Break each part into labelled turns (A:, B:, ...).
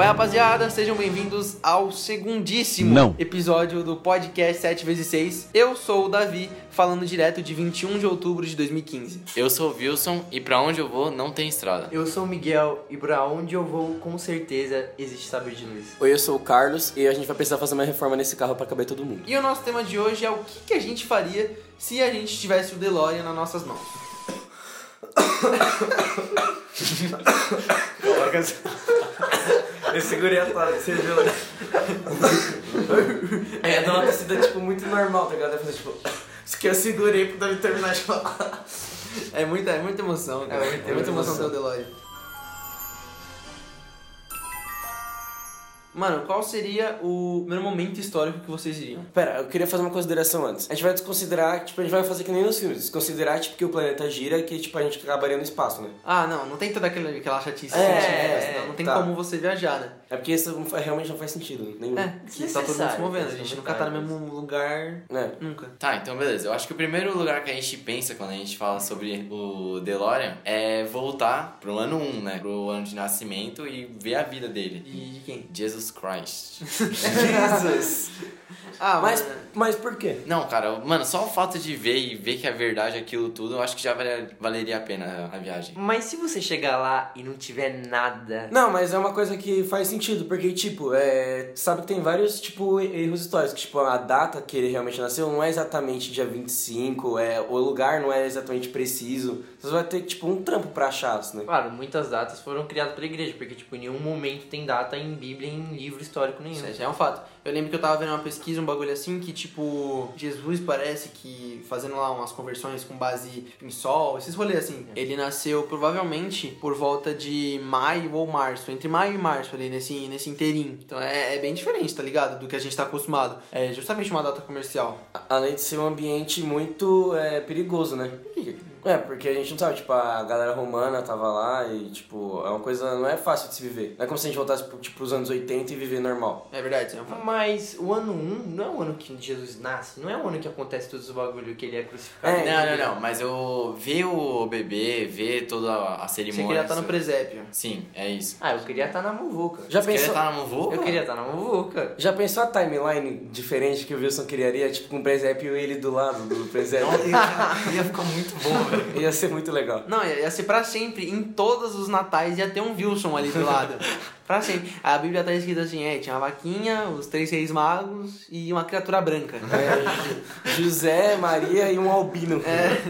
A: é, rapaziada, sejam bem-vindos ao segundíssimo
B: Não.
A: episódio do podcast 7x6. Eu sou o Davi, falando direto de 21 de outubro de 2015.
C: Eu sou o Wilson e pra onde eu vou não tem estrada.
D: Eu sou o Miguel e pra onde eu vou, com certeza existe saber de luz.
E: Oi, eu sou o Carlos e a gente vai precisar fazer uma reforma nesse carro pra caber todo mundo.
A: E o nosso tema de hoje é o que, que a gente faria se a gente tivesse o DeLorean nas nossas mãos.
D: Eu segurei a sala, você viu? né? É, dá uma torcida, tipo, muito normal, tá ligado? Eu falei, tipo, isso que eu segurei pra Davi terminar de falar.
A: É muita, é muita emoção, cara. É muita, emoção ter o DeLorean. Mano, qual seria o meu momento histórico que vocês iriam?
E: Pera, eu queria fazer uma consideração antes. A gente vai desconsiderar, tipo, a gente vai fazer que nem nos filmes, desconsiderar, tipo, que o planeta gira e que, tipo, a gente acabaria no espaço, né?
A: Ah, não, não tem toda aquela, aquela chatice
E: É,
A: científica, senão não tem
E: tá.
A: como você viajar, né?
E: É porque isso não fa- realmente não faz sentido né? nenhum.
A: É, que tá todo mundo se
D: Desnecessário,
A: movendo, a
D: tá
A: gente
D: sendo
A: nunca tá no
D: verdade.
A: mesmo lugar,
E: Né?
A: nunca.
C: Tá, então beleza. Eu acho que o primeiro lugar que a gente pensa quando a gente fala sobre o DeLorean é voltar pro ano 1, né? Pro ano de nascimento e ver a vida dele.
A: E de quem?
C: Jesus Christ.
E: Jesus!
A: Ah, mas.
E: mas, mas por quê?
C: Não, cara, mano, só o fato de ver e ver que é verdade aquilo tudo, eu acho que já valia- valeria a pena a viagem.
D: Mas se você chegar lá e não tiver nada...
E: Não, mas é uma coisa que faz sentido, porque, tipo, é, sabe que tem vários, tipo, erros históricos, que, tipo, a data que ele realmente nasceu não é exatamente dia 25, é, o lugar não é exatamente preciso, você vai ter, tipo, um trampo pra achar, isso, né?
D: Claro, muitas datas foram criadas pela igreja, porque, tipo, em nenhum momento tem data em Bíblia, em livro histórico nenhum.
A: Isso aí já é um fato. Eu lembro que eu tava vendo uma pesquisa, um bagulho assim, que tipo, Jesus parece que fazendo lá umas conversões com base em sol, esses rolês assim.
D: É.
A: Ele nasceu provavelmente por volta de maio ou março, entre maio e março ali, nesse, nesse inteirinho. Então é, é bem diferente, tá ligado? Do que a gente tá acostumado. É justamente uma data comercial.
E: Além de ser um ambiente muito é, perigoso, né? É, porque a gente não sabe, tipo, a galera romana tava lá e, tipo, é uma coisa, não é fácil de se viver. Não é como se a gente voltasse, pro- tipo, pros anos 80 e viver normal.
A: É verdade, isso aí é um fato.
D: Mas o ano 1 não é o ano que Jesus nasce, não é o ano que acontece todos os bagulho que ele é crucificado.
E: É,
C: Não, não, não, mas eu ver o bebê, ver toda a- a
A: Você
C: cerimônia.
A: queria
E: tá
A: estar no
C: isso-
A: presépio.
C: Sim, é isso.
D: Ah, eu queria estar na muvuca.
E: Já
C: Você queria
E: pensou,
C: estar na muvuca?
D: Eu queria tá. estar na muvuca.
E: já pensou a timeline diferente que o Wilson criaria, tipo, com o presépio e ele do lado do presépio?
C: Não, ia, ia ficar muito bom, velho.
E: Ia ser muito legal.
A: Não, ia ia ser pra sempre. Em todos os natais ia ter um Wilson ali do lado. pra sempre. A Bíblia tá escrita assim, é, tinha uma vaquinha, os três reis magos e uma criatura branca.
E: É, Ju- José, Maria e um albino.
D: É.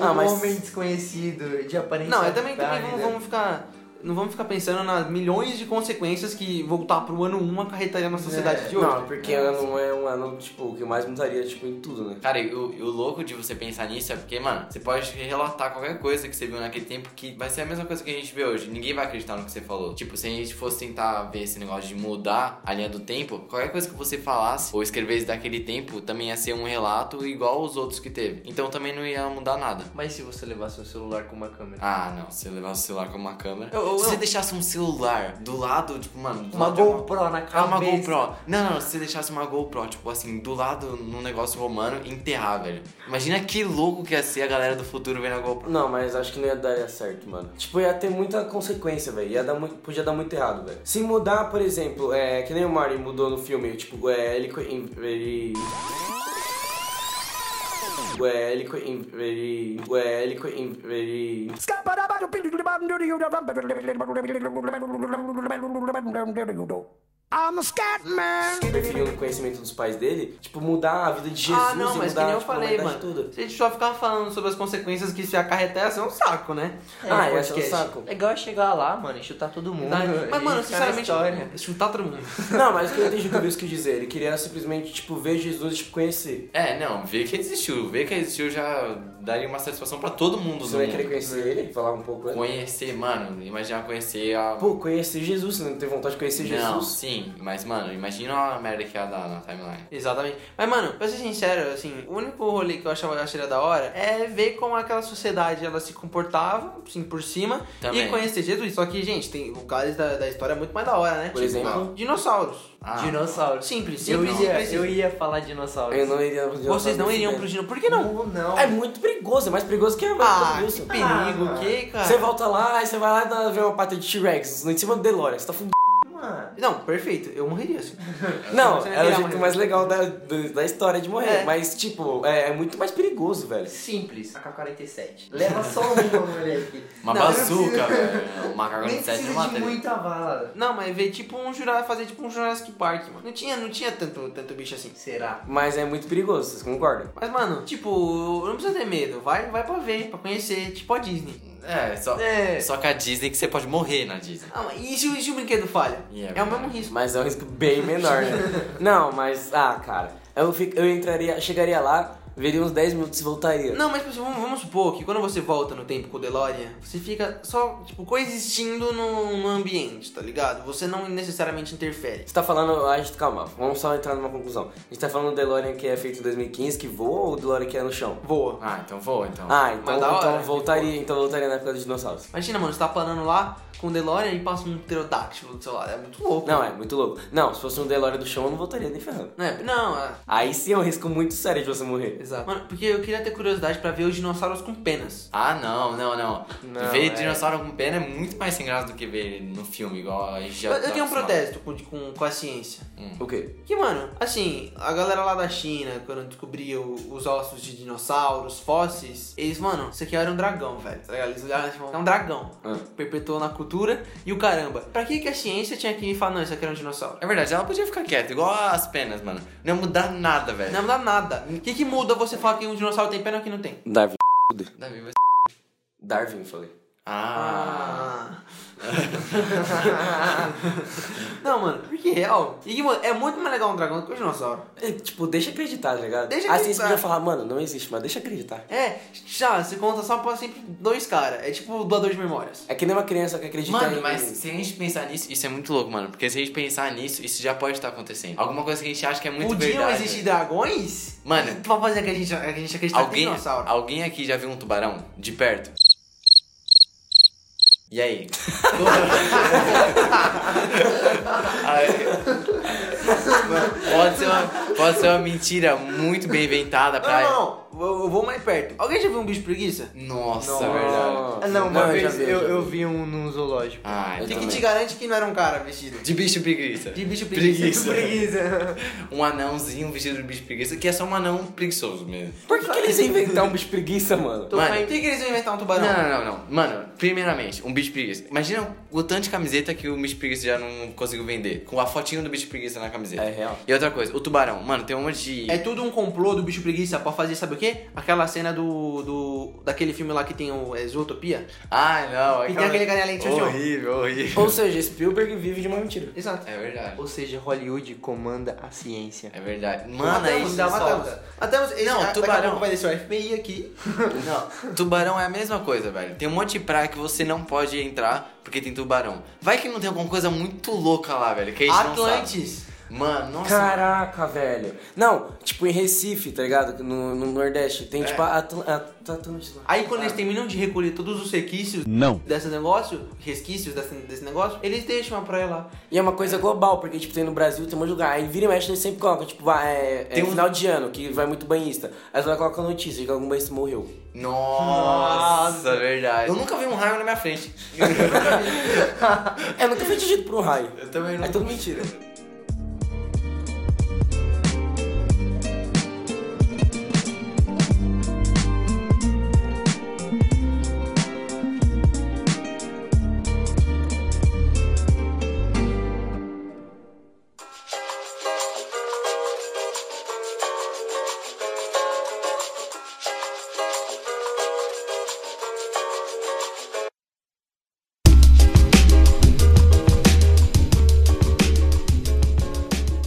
E: Ah,
D: um
E: mas-
D: homem desconhecido, de né? aparência.
A: Ah, Não, é também, também
D: pálida.
A: vamos, vamos ficar... Não vamos ficar pensando nas milhões de consequências que voltar pro ano 1 acarretaria na sociedade de hoje.
E: É, Não, porque não é um ano, tipo, que mais mudaria, tipo, em tudo, né?
C: Cara, e o, e o louco de você pensar nisso é porque, mano, você pode relatar qualquer coisa que você viu naquele tempo que vai ser a mesma coisa que a gente vê hoje. Ninguém vai acreditar no que você falou. Tipo, se a gente fosse tentar ver esse negócio de mudar a linha do tempo, qualquer coisa que você falasse ou escrevesse daquele tempo também ia ser um relato igual os outros que teve. Então também não ia mudar nada.
D: Mas se você levasse um celular com uma câmera?
C: Ah, não, se você levasse o celular com uma câmera.
A: Eu- eu-
C: se você
A: eu-
C: deixasse um celular do lado, tipo, mano. do
D: Uma
C: lado de
D: GoPro na cabeça.
C: Ah, uma GoPro. Não, não, não, se você deixasse uma GoPro, tipo assim, do lado num negócio romano, enterrar, velho. Imagina que louco que ia ser a galera do futuro vendo a GoPro.
E: Não, mas acho que não ia dar certo, mano. Tipo, ia ter muita consequência, velho. Ia dar muito, podia dar muito errado, velho. Se mudar, por exemplo, é que nem o Mario mudou no filme, tipo, é ele co- em- ele Ué, ele co- em- ele Ué, ele co- em- ele
F: I'm a scat man.
E: preferiu o conhecimento dos pais dele, tipo, mudar a vida de Jesus
A: ah, não,
E: e
A: mas
E: mudar
A: que nem eu
E: tipo, a
A: falei,
E: humanidade
A: mano.
E: toda.
A: Se a gente só ficar falando sobre as consequências que se acarretar, ia ser um saco, né?
E: ah, ia
A: podcast.
E: ser um saco.
D: Legal é chegar lá, mano, e chutar todo mundo.
A: Mas, mano,
D: e ficar na
A: sinceramente,
D: História.
A: chutar todo mundo.
E: Não, mas o que eu entendi o que o Wilson quis dizer. Ele queria simplesmente, tipo, ver Jesus e, tipo, conhecer.
C: É, não, ver que existiu. Ver que existiu já daria uma satisfação pra todo mundo do
E: Você vai
C: mundo.
E: querer conhecer ele? Falar um pouco antes?
C: Conhecer, mano, imagina conhecer a.
E: Pô, conhecer Jesus, você não tem vontade de conhecer
C: não,
E: Jesus?
C: sim, mas, mano, imagina a merda que ia dar na timeline.
A: Exatamente. Mas, mano, pra ser sincero, assim, o único rolê que eu achava, eu acharia da hora é ver como aquela sociedade ela se comportava, assim, por cima,
C: Também.
A: e conhecer Jesus. Só que, gente, tem o cálice da, da história é muito mais da hora, né?
E: Por exemplo?
A: dinossauros.
C: Ah,
D: Dinossauro.
A: Simples,
D: Eu
A: simples.
D: ia,
A: simples.
D: eu ia falar dinossauro.
E: Eu não iria.
A: Vocês não iriam pro
E: pro
A: dino. Por que não?
D: Não, não.
E: É muito perigoso, é mais perigoso que a
A: Ah,
E: Wilson.
A: que perigo, o quê, cara?
E: Você volta lá, aí você vai lá e dá- vê uma pata de T-Rex em cima do DeLorean, você tá fudido.
D: Mano.
A: Não, perfeito, eu morreria assim.
E: Não,
A: você não
E: é o
A: queria
E: jeito
A: morrer.
E: mais legal da, do- da história de morrer,
A: É.
E: mas tipo, é, é muito mais perigoso, velho.
D: Simples, AK-47. Leva só uma, moleque.
C: Uma
A: Não,
C: bazuca, velho. O macaco 47
D: Nem
C: não
D: precisa de
C: mata ele.
D: muita bala.
A: Não, mas veio tipo um Jurassic, fazer tipo um Jurassic Park, mano. Não tinha, não tinha tanto, tanto bicho assim.
D: Será?
E: Mas é muito perigoso, vocês concordam?
A: Mas, mano, tipo, não precisa ter medo. Vai, vai pra ver, pra conhecer, tipo a Disney.
C: É, só,
A: É.
C: só que a Disney que você pode morrer na Disney.
A: Ah, mas e se, o- e se o brinquedo falha?
C: E é
A: é o
C: verdade.
A: mesmo risco.
E: Mas é um risco bem menor, né? Não, mas, ah, cara, eu, fico- eu entraria, chegaria lá, veria uns 10 minutos e voltaria.
A: Não, mas tipo, vamos, vamos supor que quando você volta no tempo com o DeLorean, você fica só, tipo, coexistindo no, no ambiente, tá ligado? Você não necessariamente interfere.
E: Você tá falando, a gente, calma, vamos só entrar numa conclusão. A gente tá falando do DeLorean que é feito em 2015, que voa, ou o DeLorean que é no chão?
A: Voa.
C: Ah, então voa, então.
E: Ah, então,
A: Mas da hora, né? Tipo-
E: então
A: que
E: voltaria, então voltaria na época dos dinossauros.
A: Imagina, mano, você tá parando lá com o DeLorean e passa um pterodáctilo do seu lado. É muito louco.
E: Não, é muito louco. Não, se fosse um DeLorean do chão, eu não voltaria nem ferrando.
A: Não, é, não é,
E: Aí sim é um risco muito sério de você morrer.
A: Exato. Mano, porque eu queria ter curiosidade pra ver os dinossauros com penas.
C: Ah, não, não, não.
D: Não,
C: ver
D: é.
C: dinossauro com pena é muito mais sem graça do que ver ele no filme, igual a gente já
A: Eu, eu
C: tá
A: tenho um
C: acostumado.
A: protesto com, com, com a ciência.
E: O quê?
A: Que, mano, assim, a galera lá da China, quando descobria o- os ossos de dinossauros, fósseis, eles, mano, isso aqui era um dragão, velho. Tá ligado? Eles olharam assim, é um dragão.
E: Ah.
A: Perpetuou na cultura e o caramba. Pra que que a ciência tinha que falar, não, isso aqui era um dinossauro?
C: É verdade, ela podia ficar quieta, igual as penas, mano. Não ia mudar nada, velho.
A: Não dá nada. O que que muda você falar que um dinossauro tem pena ou que não tem?
E: Darwin.
C: Davi, você...
E: Darwin, falei.
C: Ah.
A: não, mano, porque real. E, que, mano, é muito mais legal um dragão do que um dinossauro.
E: É, tipo, deixa acreditar, tá ligado?
A: Deixa
E: Assim você
A: acreditar.
E: podia falar, mano, não existe, mas deixa acreditar.
A: É, já, você conta só pra sempre dois caras. É tipo o doador de memórias.
E: É que nem uma criança que acredita
C: Mano,
E: em...
C: mas se a gente pensar nisso, isso é muito louco, mano. Porque se a gente pensar nisso, isso já pode estar acontecendo. Alguma coisa que a gente acha que é muito
A: Podiam
C: verdade.
A: existir dragões?
C: Mano.
A: Pra fazer que a gente, que a gente acreditar que tem
C: Alguém,
A: dinossauro.
C: alguém aqui já viu um tubarão de perto? E aí? Aí- pode, ser uma, pode ser uma mentira muito bem inventada pra.
A: Não, não, eu- eu vou mais perto. Alguém já viu um bicho preguiça?
C: Nossa,
D: Nossa.
C: verdade.
D: Ah, não, uma
E: eu
D: vez
E: já
D: eu,
E: vi,
D: eu,
E: eu já
D: vi um num zoológico.
C: Ai,
E: Eu
A: O que, que
C: também.
A: te garante que não era um cara vestido?
C: De bicho preguiça.
A: De bicho preguiça.
D: Preguiça.
C: Um anãozinho vestido de bicho preguiça, que é só um anão preguiçoso mesmo.
E: Por que, que eles inventaram um bicho preguiça, mano?
A: Tô
C: Mano.
A: bem. Por que, que eles iam inventar um
C: Não,
A: tubarão?
C: não, não, não. Mano, primeiramente, um bicho preguiça. Imagina o tanto de camiseta que o bicho preguiça já não conseguiu vender. Com a fotinho do bicho preguiça na camiseta.
E: É real.
C: E outra coisa, o tubarão. Mano, tem um monte de.
A: É tudo um complô do bicho preguiça pra fazer, sabe o quê? Aquela cena do. do daquele filme lá que tem o é, Zootopia.
C: Ai, não.
A: E tem aquele carinha lá em tchau, tchau.
C: Horrível, horrível.
E: Ou seja, Spielberg vive de uma mentira.
A: Exato.
C: É verdade.
D: Ou seja, Hollywood comanda a ciência.
C: É verdade. Mano, é
A: matamos,
C: isso.
A: já
C: só-
A: matamos. Matamos. esse-
C: Não,
A: a- daqui a
C: tubarão.
A: pouco Vai descer o FBI aqui.
C: Não, tubarão é a mesma coisa, velho. Tem um monte de praia que você não pode entrar porque tem tubarão. Vai que não tem alguma coisa muito louca lá, velho. Que a gente
A: Atlantis.
C: não sabe. Mano, nossa.
E: Caraca, velho. Não, tipo em Recife, tá ligado? No, no Nordeste.
C: É.
E: Tem tipo a Atl- a- tá Atlântida.
A: Aí quando eles terminam de recolher todos os requisitos
B: Não.
A: desse negócio, resquícios desse, desse negócio, eles deixam a praia lá.
E: E é uma coisa global, porque tipo, tem no Brasil, tem um monte de lugar. Aí vira e mexe, eles sempre colocam, tipo, vai, é, é
C: Tem um-
E: final de ano, que vai muito banhista. Aí ela coloca a notícia de que algum banhista morreu.
C: Nossa, verdade. Eu nunca vi um raio na minha frente.
E: É, nunca foi dito por um raio.
C: Eu também
E: É tudo mentira.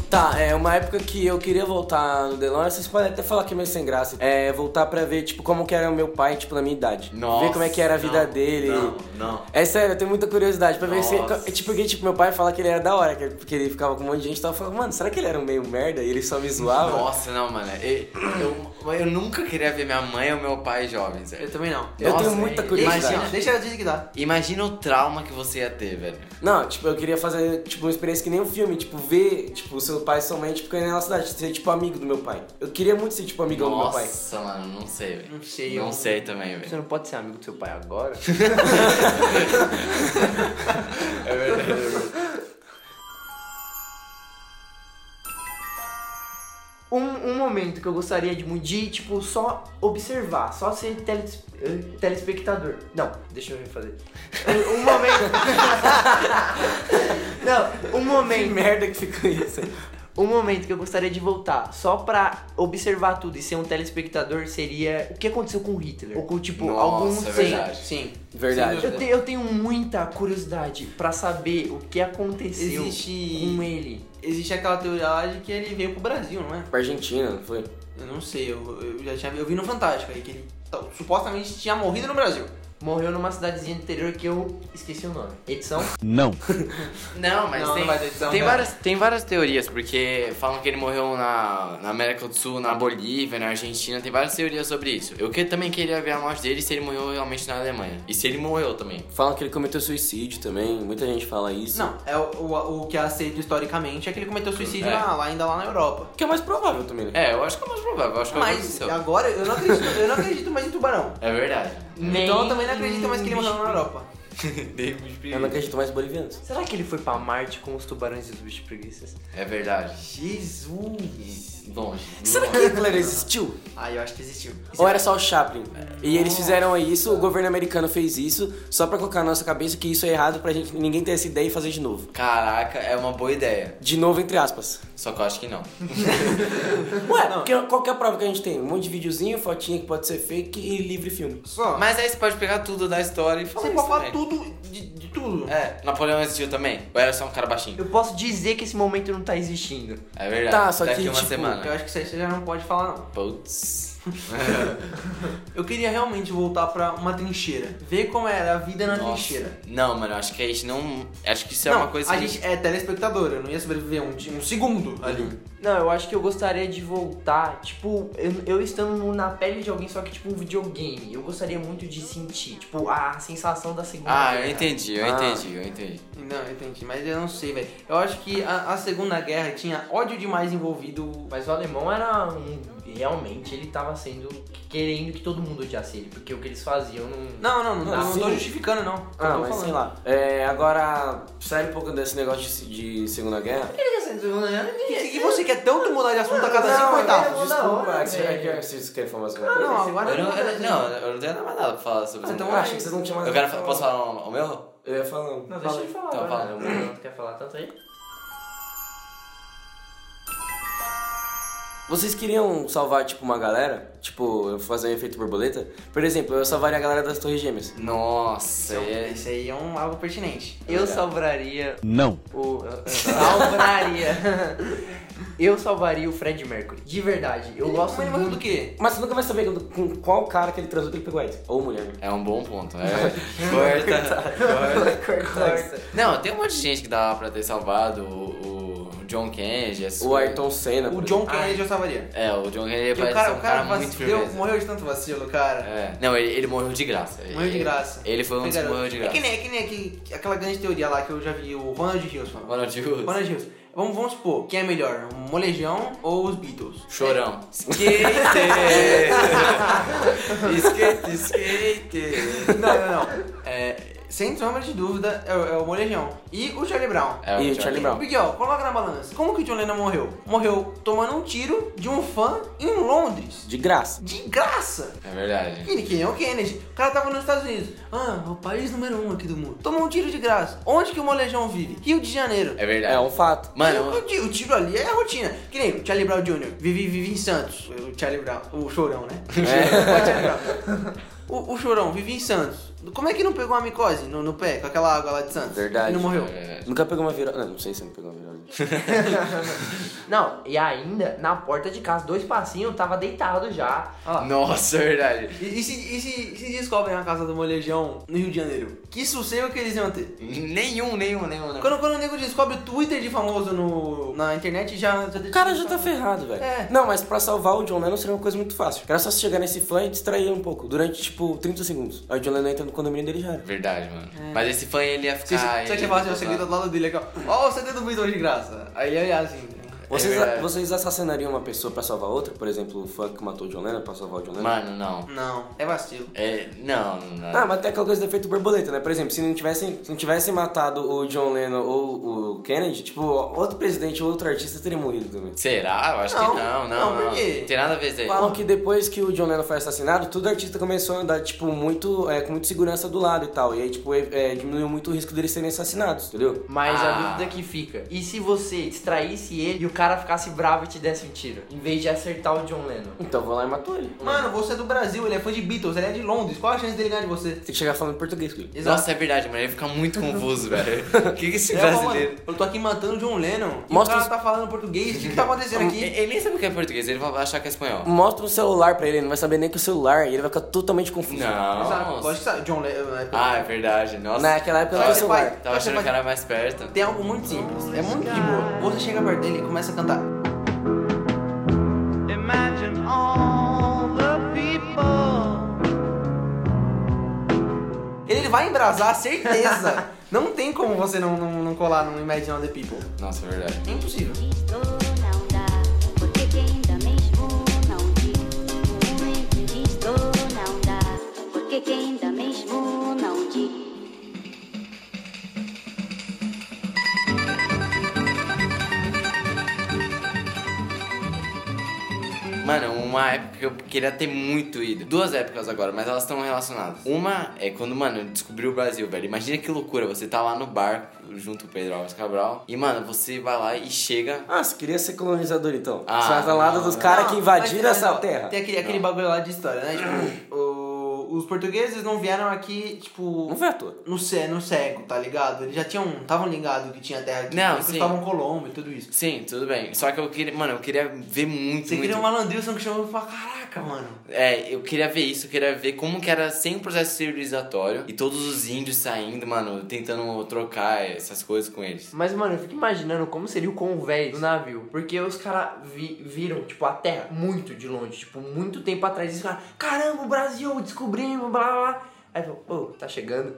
E: Tá, é uma época que eu queria voltar no DeLorean, vocês podem até falar que é meio sem graça. É, voltar pra ver, tipo, como que era o meu pai, tipo, na minha idade.
C: Nossa.
E: ver como é que era a vida
C: não,
E: dele.
C: Não, não.
E: É sério, eu tenho muita curiosidade pra ver se.
C: Nossa.
E: Tipo, porque tipo, meu pai fala que ele era da hora, que- porque ele ficava com um monte de gente e tava falando, mano, será que ele era um meio merda e ele só me zoava?
C: Nossa, não, mano. Eu, eu, eu nunca queria ver minha mãe ou meu pai jovens,
A: Eu
C: velho.
A: também não.
E: Eu
C: Nossa,
E: tenho muita
C: é-
E: curiosidade.
A: Imagina, deixa ela dizer que dá.
C: Imagina o trauma que você ia ter, velho.
E: Não, tipo, eu queria fazer tipo, uma experiência que nem um filme, tipo, ver tipo, o seu pai e sua mãe, tipo, caindo na cidade, ser tipo amigo do meu pai. Eu queria muito ser tipo amigão do meu pai.
C: Nossa, mano, não sei, velho.
A: Não sei,
C: Não
A: eu-
C: sei também, velho.
D: Você não pode ser amigo do seu pai agora?
C: É verdade, é verdade.
D: Um, um momento que eu gostaria de muito de, tipo, só observar, só ser teles- eh, telespectador. Não, deixa eu refazer. Um- Um momento. Não, um
E: Que
D: momento.
E: merda que ficou isso.
D: Um momento que eu gostaria de voltar só pra observar tudo e ser um telespectador seria o que aconteceu com Hitler. Ou com, tipo,
C: Nossa,
D: algum.
C: é
D: sei-
C: verdade.
A: Sim.
E: Verdade.
A: Sem
D: Eu, te- eu tenho muita curiosidade pra saber o que aconteceu com
A: Existe.
D: ele.
A: Existe aquela teoria lá de que ele veio pro Brasil, não é?
E: Pra Argentina, não foi?
A: Eu não sei, eu, eu já tinha. Eu vi no Fantástico aí que ele tal, supostamente tinha morrido no Brasil.
D: Morreu numa cidadezinha do interior que eu esqueci o nome. Edição?
B: Não.
C: Não, mas
A: Não,
C: tem,
A: não vai ter edição,
C: tem,
A: cara.
C: várias, tem várias teorias, porque falam que ele morreu na, na América do Sul, na Bolívia, na Argentina, tem várias teorias sobre isso. Eu que, também queria ver a morte dele se ele morreu realmente na Alemanha. E se ele morreu também.
E: Falam que ele cometeu suicídio também, muita gente fala isso.
A: Não, é o, o, o que é aceito historicamente é que ele cometeu suicídio
C: É.
A: lá, lá- ainda lá na Europa.
E: Que é mais provável também, né?
C: É, eu acho que é o mais provável, eu acho que
A: Mas
C: aconteceu.
A: agora eu não acredito, eu não acredito mais em tubarão.
C: É verdade.
D: Nem
A: Então eu também não acredito mais que ele morreu
D: bicho-
A: na Europa.
C: É,
E: Eu não acredito mais em bolivianos.
D: Será que ele foi pra Marte com os tubarões e os bichos preguiças?
C: É verdade.
A: Jesus!
C: Longe.
E: Será que Hitler existiu?
A: Ah, eu acho que existiu.
E: Ou era só o Chaplin? E eles fizeram isso, o governo americano fez isso, só pra colocar na nossa cabeça que isso é errado pra gente ninguém ter essa ideia e fazer de novo.
C: Caraca, é uma boa ideia.
E: De novo, entre aspas.
C: Só que eu acho que não.
E: Ué, porque qualquer prova que a gente tem, um monte de videozinho, fotinha que pode ser fake e livre filme.
A: Só,
C: Mas aí você pode pegar tudo da história e
A: você
C: falar isso
A: pode falar
C: também.
A: tudo de, de tudo.
C: É, Napoleão existiu também. Ou era só um cara baixinho?
D: Eu posso dizer que esse momento não tá existindo.
C: É verdade.
E: Tá, só
C: Daqui
E: que,
C: uma
E: tipo,
C: semana.
A: Eu acho que isso aí você já não pode falar, não.
C: Putz.
A: Eu queria realmente voltar pra uma trincheira. Ver como era a vida
E: é
A: na
C: Nossa.
A: trincheira.
C: Não, mano, acho que a gente não. Acho que isso é
A: não,
C: uma coisa
A: a
C: que.
A: gente é telespectador, eu não ia sobreviver um, di- um segundo ali.
C: Uhum.
D: Não, eu acho que eu gostaria de voltar, tipo, eu, eu estando no- na pele de alguém, só que tipo um videogame. Eu gostaria muito de sentir, tipo, a sensação da segunda.
C: Ah, eu
D: guerra.
C: entendi, eu
E: Ah.
C: entendi, eu entendi.
A: Não, eu entendi, mas eu não sei, velho. Eu acho que a, a Segunda Guerra tinha ódio demais envolvido.
D: Mas o alemão era um. Realmente, ele tava sendo. querendo que todo mundo odiasse ele, porque o que eles faziam
A: Não,
D: não.
A: não, não,
E: Ah,
A: não,
E: sim.
A: tô justificando, não. Eu
E: Ah,
A: tô
E: mas
A: falando.
E: sei lá. É, agora, sai um pouco desse negócio de, de Segunda Guerra.
A: E, e você quer tanto mudar de assunto a cada cinco
E: tá,
A: oitavos?
E: desculpa,
D: hora,
E: é que- é que-
D: velho.
E: vocês querem falar mais alguma
A: Ah,
E: coisa?
A: não, agora
C: Eu não,
A: não.
C: eu, não, eu não tenho mais nada pra falar sobre
E: Ah,
C: isso.
E: então eu achei que vocês não tinham mais
C: Eu quero,
E: nada
C: fa-
E: pra
C: posso
E: falar.
C: falar o, o meu?
E: Eu ia falando.
D: Não, deixa ele falar.
C: Então fala.
D: né? Não quer falar tanto aí?
E: Vocês queriam salvar, tipo, uma galera? Tipo, eu fazer um efeito borboleta? Por exemplo, eu salvaria a galera das Torres Gêmeas.
C: Nossa, é.
A: Isso aí é um algo pertinente.
D: Eu salvaria
B: Não.
D: o. Salvaria! eu salvaria o Fred Mercury. De verdade. Eu gosto
A: Mas ele morreu
D: muito.
A: do quê?
E: Mas você nunca vai saber com- com qual cara que ele transou que ele pegou AIDS. Ou mulher. né?
C: É um bom ponto. É. Corta. corta. Não, tem um monte de gente que dá pra ter salvado o, o John Kennedy. essa-
E: O Ayrton Senna.
A: O
E: por
A: John
E: exemplo.
A: Kennedy eu salvaria.
C: É, o John Kennedy
A: Porque o
C: parece
A: cara,
C: ser um
A: o cara,
C: cara muito
A: vac- deu-
C: firmeza.
A: morreu de tanto vacilo, cara.
C: É. Não, ele, ele morreu de graça.
A: Morreu de
C: Ele-
A: graça.
C: Ele foi um dos que
A: Pegaram-
C: morreu de
A: É
C: graça.
A: que nem, é que nem aquele- aquela grande teoria lá que eu já vi, o Ronald Hills falando.
C: Ronald Hughes.
A: Ronald Hills. Vamos, vamos supor, quem é melhor, o Molejão ou os Beatles?
C: Chorão. Skate! skate, skate!
A: Não, não, não. É, sem sombra de dúvida, é, o- é o Molejão. E o Charlie Brown.
C: É
E: E o Charlie Brown.
A: Miguel, coloca na balança. Como que o John Lennon morreu? Morreu tomando um tiro de um fã em Londres.
E: De graça.
A: De graça!
C: É verdade.
A: Ele quem é o Kennedy? O cara tava nos Estados Unidos. Ah, o país número um aqui do mundo. Tomou um tiro de graça. Onde que o molejão vive? Rio de Janeiro.
C: É
E: É
C: verdade.
E: um fato.
C: Mano,
A: E o, ti- o tiro ali é a rotina. Que nem o Charlie Brown Jr. Vive, vive em Santos. O Charlie Brown, o chorão, né?
C: É.
A: O Charlie Brown. O, o chorão vive em Santos. Como é que não pegou uma micose no, no pé com aquela água lá de Santos?
E: Verdade.
A: E não morreu.
C: é verdade.
E: Nunca pegou uma virose. Não, não sei se não pegou uma virose.
D: Não, e ainda, na porta de casa, dois passinhos, eu tava deitado já.
A: Ó,
C: Nossa, é verdade.
A: E, e se, e se- se descobrem a casa do molejão no Rio de Janeiro? Que sossego que eles iam ter.
C: Nenhum, nenhum, nenhum. nenhum.
A: Quando, quando o nego descobre o Twitter de famoso no, na internet, já...
E: O cara já tá ferrado, velho.
A: É.
E: Não, mas pra salvar o John Lennon seria uma coisa muito fácil. Era só você chegar nesse fã e distrair um pouco. Durante, tipo, 30 segundos. Aí o John Lennon entra no condomínio dele e já era.
C: É Verdade, mano.
A: É.
C: Mas esse fã ele ia
A: Você
C: ficar.
A: você
C: ele é
A: tinha
C: ia
A: falado assim, o
C: ficar-
A: CD do lado dele, aqui, ó. Ó, o CD do Beatles de graça. Aí ele ia assim.
E: Vocês,
C: verdade.
E: vocês assassinariam uma pessoa pra salvar outra? Por exemplo, o fã que matou o John Lennon pra salvar o John Lennon?
C: Mano, não.
A: Não, é vacilo.
C: É, não, não.
E: Ah, mas tem aquela coisa do efeito borboleta, né? Por exemplo, se não tivessem, se não tivessem matado o John Lennon ou o Kennedy, tipo, outro presidente ou outro artista teria morrido também.
C: Será? Eu acho
A: Não,
C: que não, não,
A: não,
C: não.
A: por quê?
C: Tem nada a ver isso aí.
E: Falam que depois que o John Lennon foi assassinado, tudo artista começou a andar, tipo, muito, é, com muita segurança do lado e tal. E aí, tipo, é, é, diminuiu muito o risco deles serem assassinados, entendeu?
D: Mas
C: Ah.
D: a dúvida que fica: e se você distraísse ele e o cara ficasse bravo e te desse um tiro? Em vez de acertar o John Lennon?
E: Então eu vou lá e mato ele.
A: Mano, você é do Brasil, ele é fã de Beatles, ele é de Londres. Qual a chance dele ganhar de você?
E: Tem que chegar falando em português com ele.
C: Nossa, é verdade, mano. Ele fica muito confuso, velho. O que, que esse
A: É, fala,
C: brasileiro.
A: mano, eu tô aqui matando o John Lennon. E
E: Mostra
A: o cara tá falando português. O que, que tá acontecendo aqui?
C: Ele ele nem sabe o que é português, ele vai achar que é espanhol.
E: Mostra um celular pra ele, ele não vai saber nem que o celular, e ele vai ficar totalmente confuso.
C: Não.
A: Sabe, lógico que sabe. John Lennon. né?
C: Ah, é verdade. Nossa.
E: Naquela época não
A: Vai,
E: tinha
A: vai.
E: celular.
C: Tava achando
A: Você
C: que era mais perto.
A: Tem algo muito simples. É muito de boa. Você chega perto dele e começa a cantar.
B: Imagine all the people.
A: Ele vai embrasar, certeza. não tem como você não, não, não colar no Imagine All the People.
C: Nossa, é verdade.
A: É impossível.
F: Isto não dá, porque quem dá mesmo não diz. Muito isto não dá, porque quem dá mesmo não diz.
C: Mano, uma época que eu queria ter muito ido. Duas épocas agora, mas elas estão relacionadas. Uma é quando, mano, eu descobri o Brasil, velho. Imagina que loucura, você tá lá no barco junto com o Pedro Alves Cabral. E, mano, você vai lá e chega.
E: Ah, você queria ser colonizador então?
C: Ah,
E: você vai do lado
C: não,
E: dos
C: não.
E: caras
A: Não,
E: que invadiram
A: mas- mas,
E: essa
A: ó,
E: terra.
A: Tem aquele, aquele bagulho lá de história, né? Tipo, o- os portugueses não vieram aqui, tipo...
E: Não foi à toa.
A: No, sé, no século, tá ligado? Eles já tinham... Estavam ligados que tinha terra aqui.
C: Não,
A: eles
C: sim.
A: estavam Colombo e tudo isso.
C: Sim, tudo bem. Só que eu queria. Mano, eu queria ver muito,
A: Você
C: muito.
A: queria um Alandilson que chamou e falou, caraca, mano.
C: É, eu queria ver isso, eu queria ver como que era sem o processo civilizatório e todos os índios saindo, mano, tentando trocar essas coisas com eles.
D: Mas, mano, eu fico imaginando como seria o convés do navio. Porque os caras vi- viram, tipo, a terra muito de longe, tipo, muito tempo atrás. E os caras, caramba, o Brasil, descobrimos, blá blá blá. Aí falou, ô, tá chegando.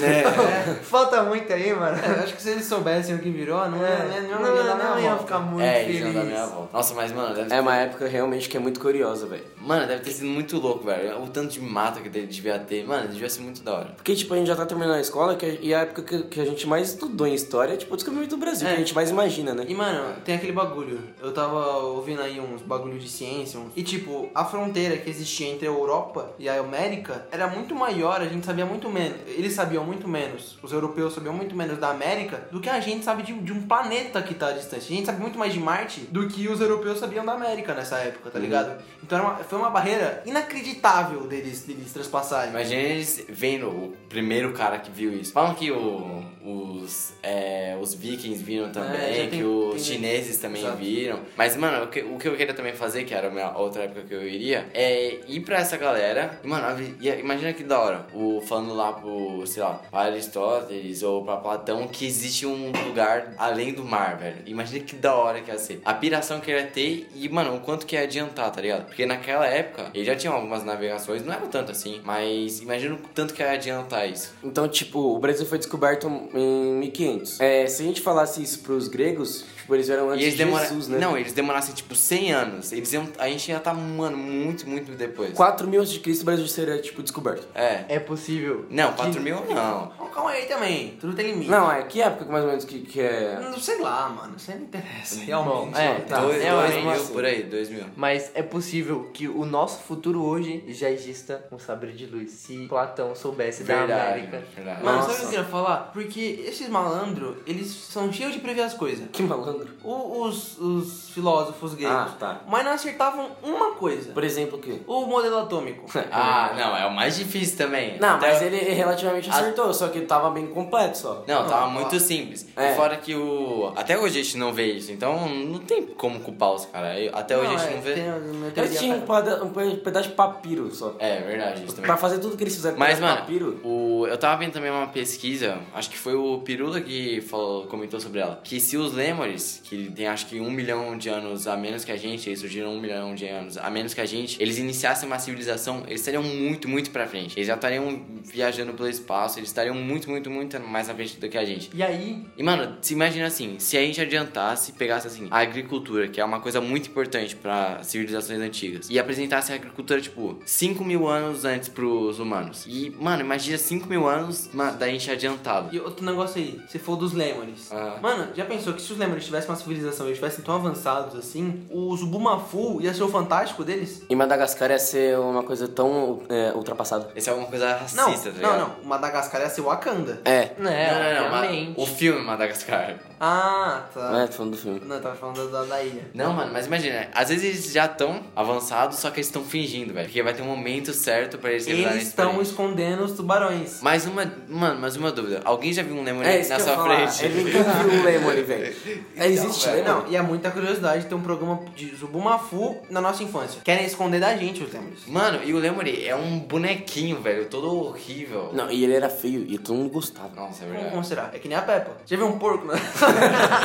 C: Né?
D: Falta muito aí, mano.
A: É, eu acho que se eles soubessem o que virou, não,
D: É,
A: ia- não, ia- não, ia dar
D: não
A: minha
D: ia
A: volta.
D: ficar muito
C: é, eles iam
D: feliz.
C: dar minha volta. Nossa, mas, mano, deve
E: É uma época realmente que é muito curiosa, velho.
C: Mano, deve ter sido muito louco, velho. O tanto de mata que ele devia ter. Mano, devia ser muito da hora.
E: Porque, tipo, a gente já tá terminando a escola que a- e a época que, que a gente mais estudou em história é, tipo, o descobrimento do Brasil,
A: É.
E: que a gente mais imagina, né?
A: E mano, tem aquele bagulho. Eu tava ouvindo aí uns bagulho de ciência. uns- E tipo, a fronteira que existia entre a Europa e a América era muito maior, a gente sabia muito menos. Eles sabiam muito menos, os europeus sabiam muito menos da América do que a gente sabe de, de um planeta que tá distante. A gente sabe muito mais de Marte do que os europeus sabiam da América nessa época, tá ligado? Então era uma- foi uma barreira inacreditável deles, deles transpassarem.
C: Imagina eles vendo o primeiro cara que viu isso. Falam que o- os, é, os vikings viram também,
A: É, já tem-
C: que os
A: tem-
C: chineses também
A: Exato.
C: viram. Mas, mano, o que, o que eu queria também fazer, que era a minha outra época que eu iria, é ir pra essa galera. E, mano, a vi- e- imagina que da hora. O, falando lá pro, sei lá, pra Aristóteles ou pra Platão, que existe um lugar além do mar, velho. Imagina que da hora que ia ser. A piração que ele ia ter e, mano, o quanto que ia adiantar, tá ligado? Porque naquela época, ele já tinha algumas navegações, não era tanto assim, mas imagina o tanto que ia adiantar isso.
E: Então, tipo, o Brasil foi descoberto em 1500. É, se a gente falasse isso pros gregos, tipo, eles eram
C: E
E: antes
C: eles
E: de
C: demora...
E: Jesus, né?
C: Não, eles demorassem tipo 100 anos. Eles iam... A gente ia estar, mano, muito, muito depois.
E: 4 mil antes de Cristo, o Brasil seria, tipo, descoberto.
C: É.
D: É possível.
C: Não, 4 mil não.
A: Então, calma aí também, tudo tem limite.
E: Não, é que época mais ou menos que, que é...
A: Não sei lá, mano, isso aí não interessa. Realmente.
D: é,
E: Tá,
C: dois,
D: é,
C: né? dois
D: mas-
C: mil, por aí, 2 mil.
D: Mas é possível que o nosso futuro hoje já exista um sabre de luz. Se Platão soubesse da
C: Verdade,
D: América.
C: verdade.
A: Mano,
E: Nossa.
A: sabe o que eu queria falar? Porque esses malandros, eles são cheios de prever as coisas.
E: Que malandro.
A: O- Os, os filósofos gregos.
E: Ah, tá.
A: Mas não acertavam uma coisa.
E: Por exemplo, o quê?
A: O modelo atômico.
C: Ah, não, é o mais difícil também.
E: Não,
C: Até-
E: mas ele relativamente acertou, só que tava bem completo só.
C: Não, tava
A: Não,
C: muito
A: tá.
C: simples.
E: É.
C: E fora que o. Até hoje a gente não vê isso, então não tem como culpar os caras. Eu- Até hoje a gente
A: é,
C: não vê.
A: tem- não tem-
E: Eles tinham um, peda- um pe- pedaço de papiro só.
C: É, verdade, isso também.
E: Pra fazer tudo que eles fizeram com
C: Mas,
E: esse
C: mano,
E: papiro.
C: o, eu tava vendo também uma pesquisa, acho que foi o Pirula que falou, comentou sobre ela, que se os lêmures, que tem acho que um milhão de anos a menos que a gente, eles surgiram um milhão de anos a menos que a gente, eles iniciassem uma civilização, eles seriam muito, muito pra frente. Eles já estariam viajando pelo espaço, eles estariam muito, muito, muito mais à frente do que a gente.
D: E aí,
C: E, mano, se imagina assim, se a gente adiantasse, pegasse assim, a agricultura, que é uma coisa muito importante pra civilizações antigas, e apresentasse a agricultura, tipo, 5 mil anos antes pros humanos. E, mano, imagina 5 mil anos ma- da gente adiantado.
A: E outro negócio aí, se for dos Lemures.
C: Ah.
A: Mano, já pensou que se os Lemures tivessem uma civilização e eles tivessem tão avançados assim, os Bumafu ia ser o fantástico deles?
E: Em Madagascar ia ser uma coisa tão é, ultrapassada.
C: Essa é alguma coisa
A: Não,
C: racista, tá ligado?
A: não, não. O Madagascar ia ser Wakanda.
E: É,
D: né?
C: Não, não, não,
D: realmente.
C: mas o filme Madagascar.
A: Ah, tá.
E: é, tô falando do filme.
A: Não, eu tava falando da, da ilha.
C: Não, mano, mas imagina, às vezes eles já estão avançados, só que eles estão fingindo, velho. Porque vai ter um momento certo pra eles revelarem
A: Eles
C: é isso
A: estão
C: pra gente.
A: escondendo os tubarões.
C: Mais uma, mano, mais uma dúvida. Alguém já viu um Lemon
E: É isso
C: na
E: que eu ia
C: sua
E: falar.
C: frente?
E: Ele nunca viu o Lemony, velho. É, existe
A: É,
E: Lemony?
A: Não, e é muita curiosidade ter um programa de Zubumafu na nossa infância. Querem esconder da gente os Lemures.
C: Mano, e o Lemony é um bonequinho, velho, todo horrível.
E: Não, e ele era feio e todo mundo gostava.
C: Nossa, é
A: Como, como
C: verdade.
A: será? É que nem a Peppa. Já viu um porco? né?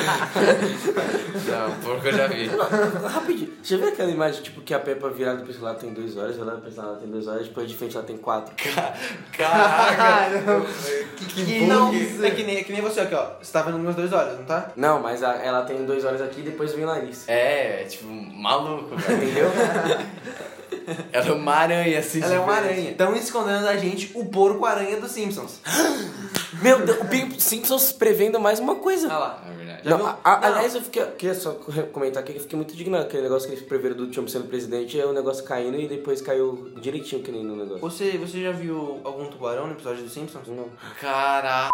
C: Não, porco eu já vi.
E: Rapidinho, já viu aquela imagem, tipo, que a Peppa virada pra esse lado tem duas horas, virada pra esse lado tem duas horas, depois de frente ela tem quatro.
C: Caraca!
A: que, não, é que, nem, é que nem você aqui, ó. Você tá vendo meus dois olhos, não tá?
E: Não, mas a- ela tem duas horas aqui e depois vem o nariz.
C: É, é tipo, maluco, velho.
E: Entendeu?
C: Ela é uma aranha, assim.
A: Ela é uma
C: gigante.
A: aranha. Estão escondendo da gente o porco-aranha dos Simpsons.
E: Meu Deus, o Big Simpsons prevendo mais uma coisa.
A: Olha lá.
C: É verdade.
E: Não,
A: viu?
E: a- a-
A: Não.
E: Aliás, eu fiquei, queria só co- comentar aqui que eu fiquei muito indignado. Aquele negócio que eles preveram do Trump sendo presidente é o negócio caindo e depois caiu direitinho que nem no negócio.
A: Você, você já viu algum tubarão no episódio dos Simpsons?
E: Não.
C: Caraca,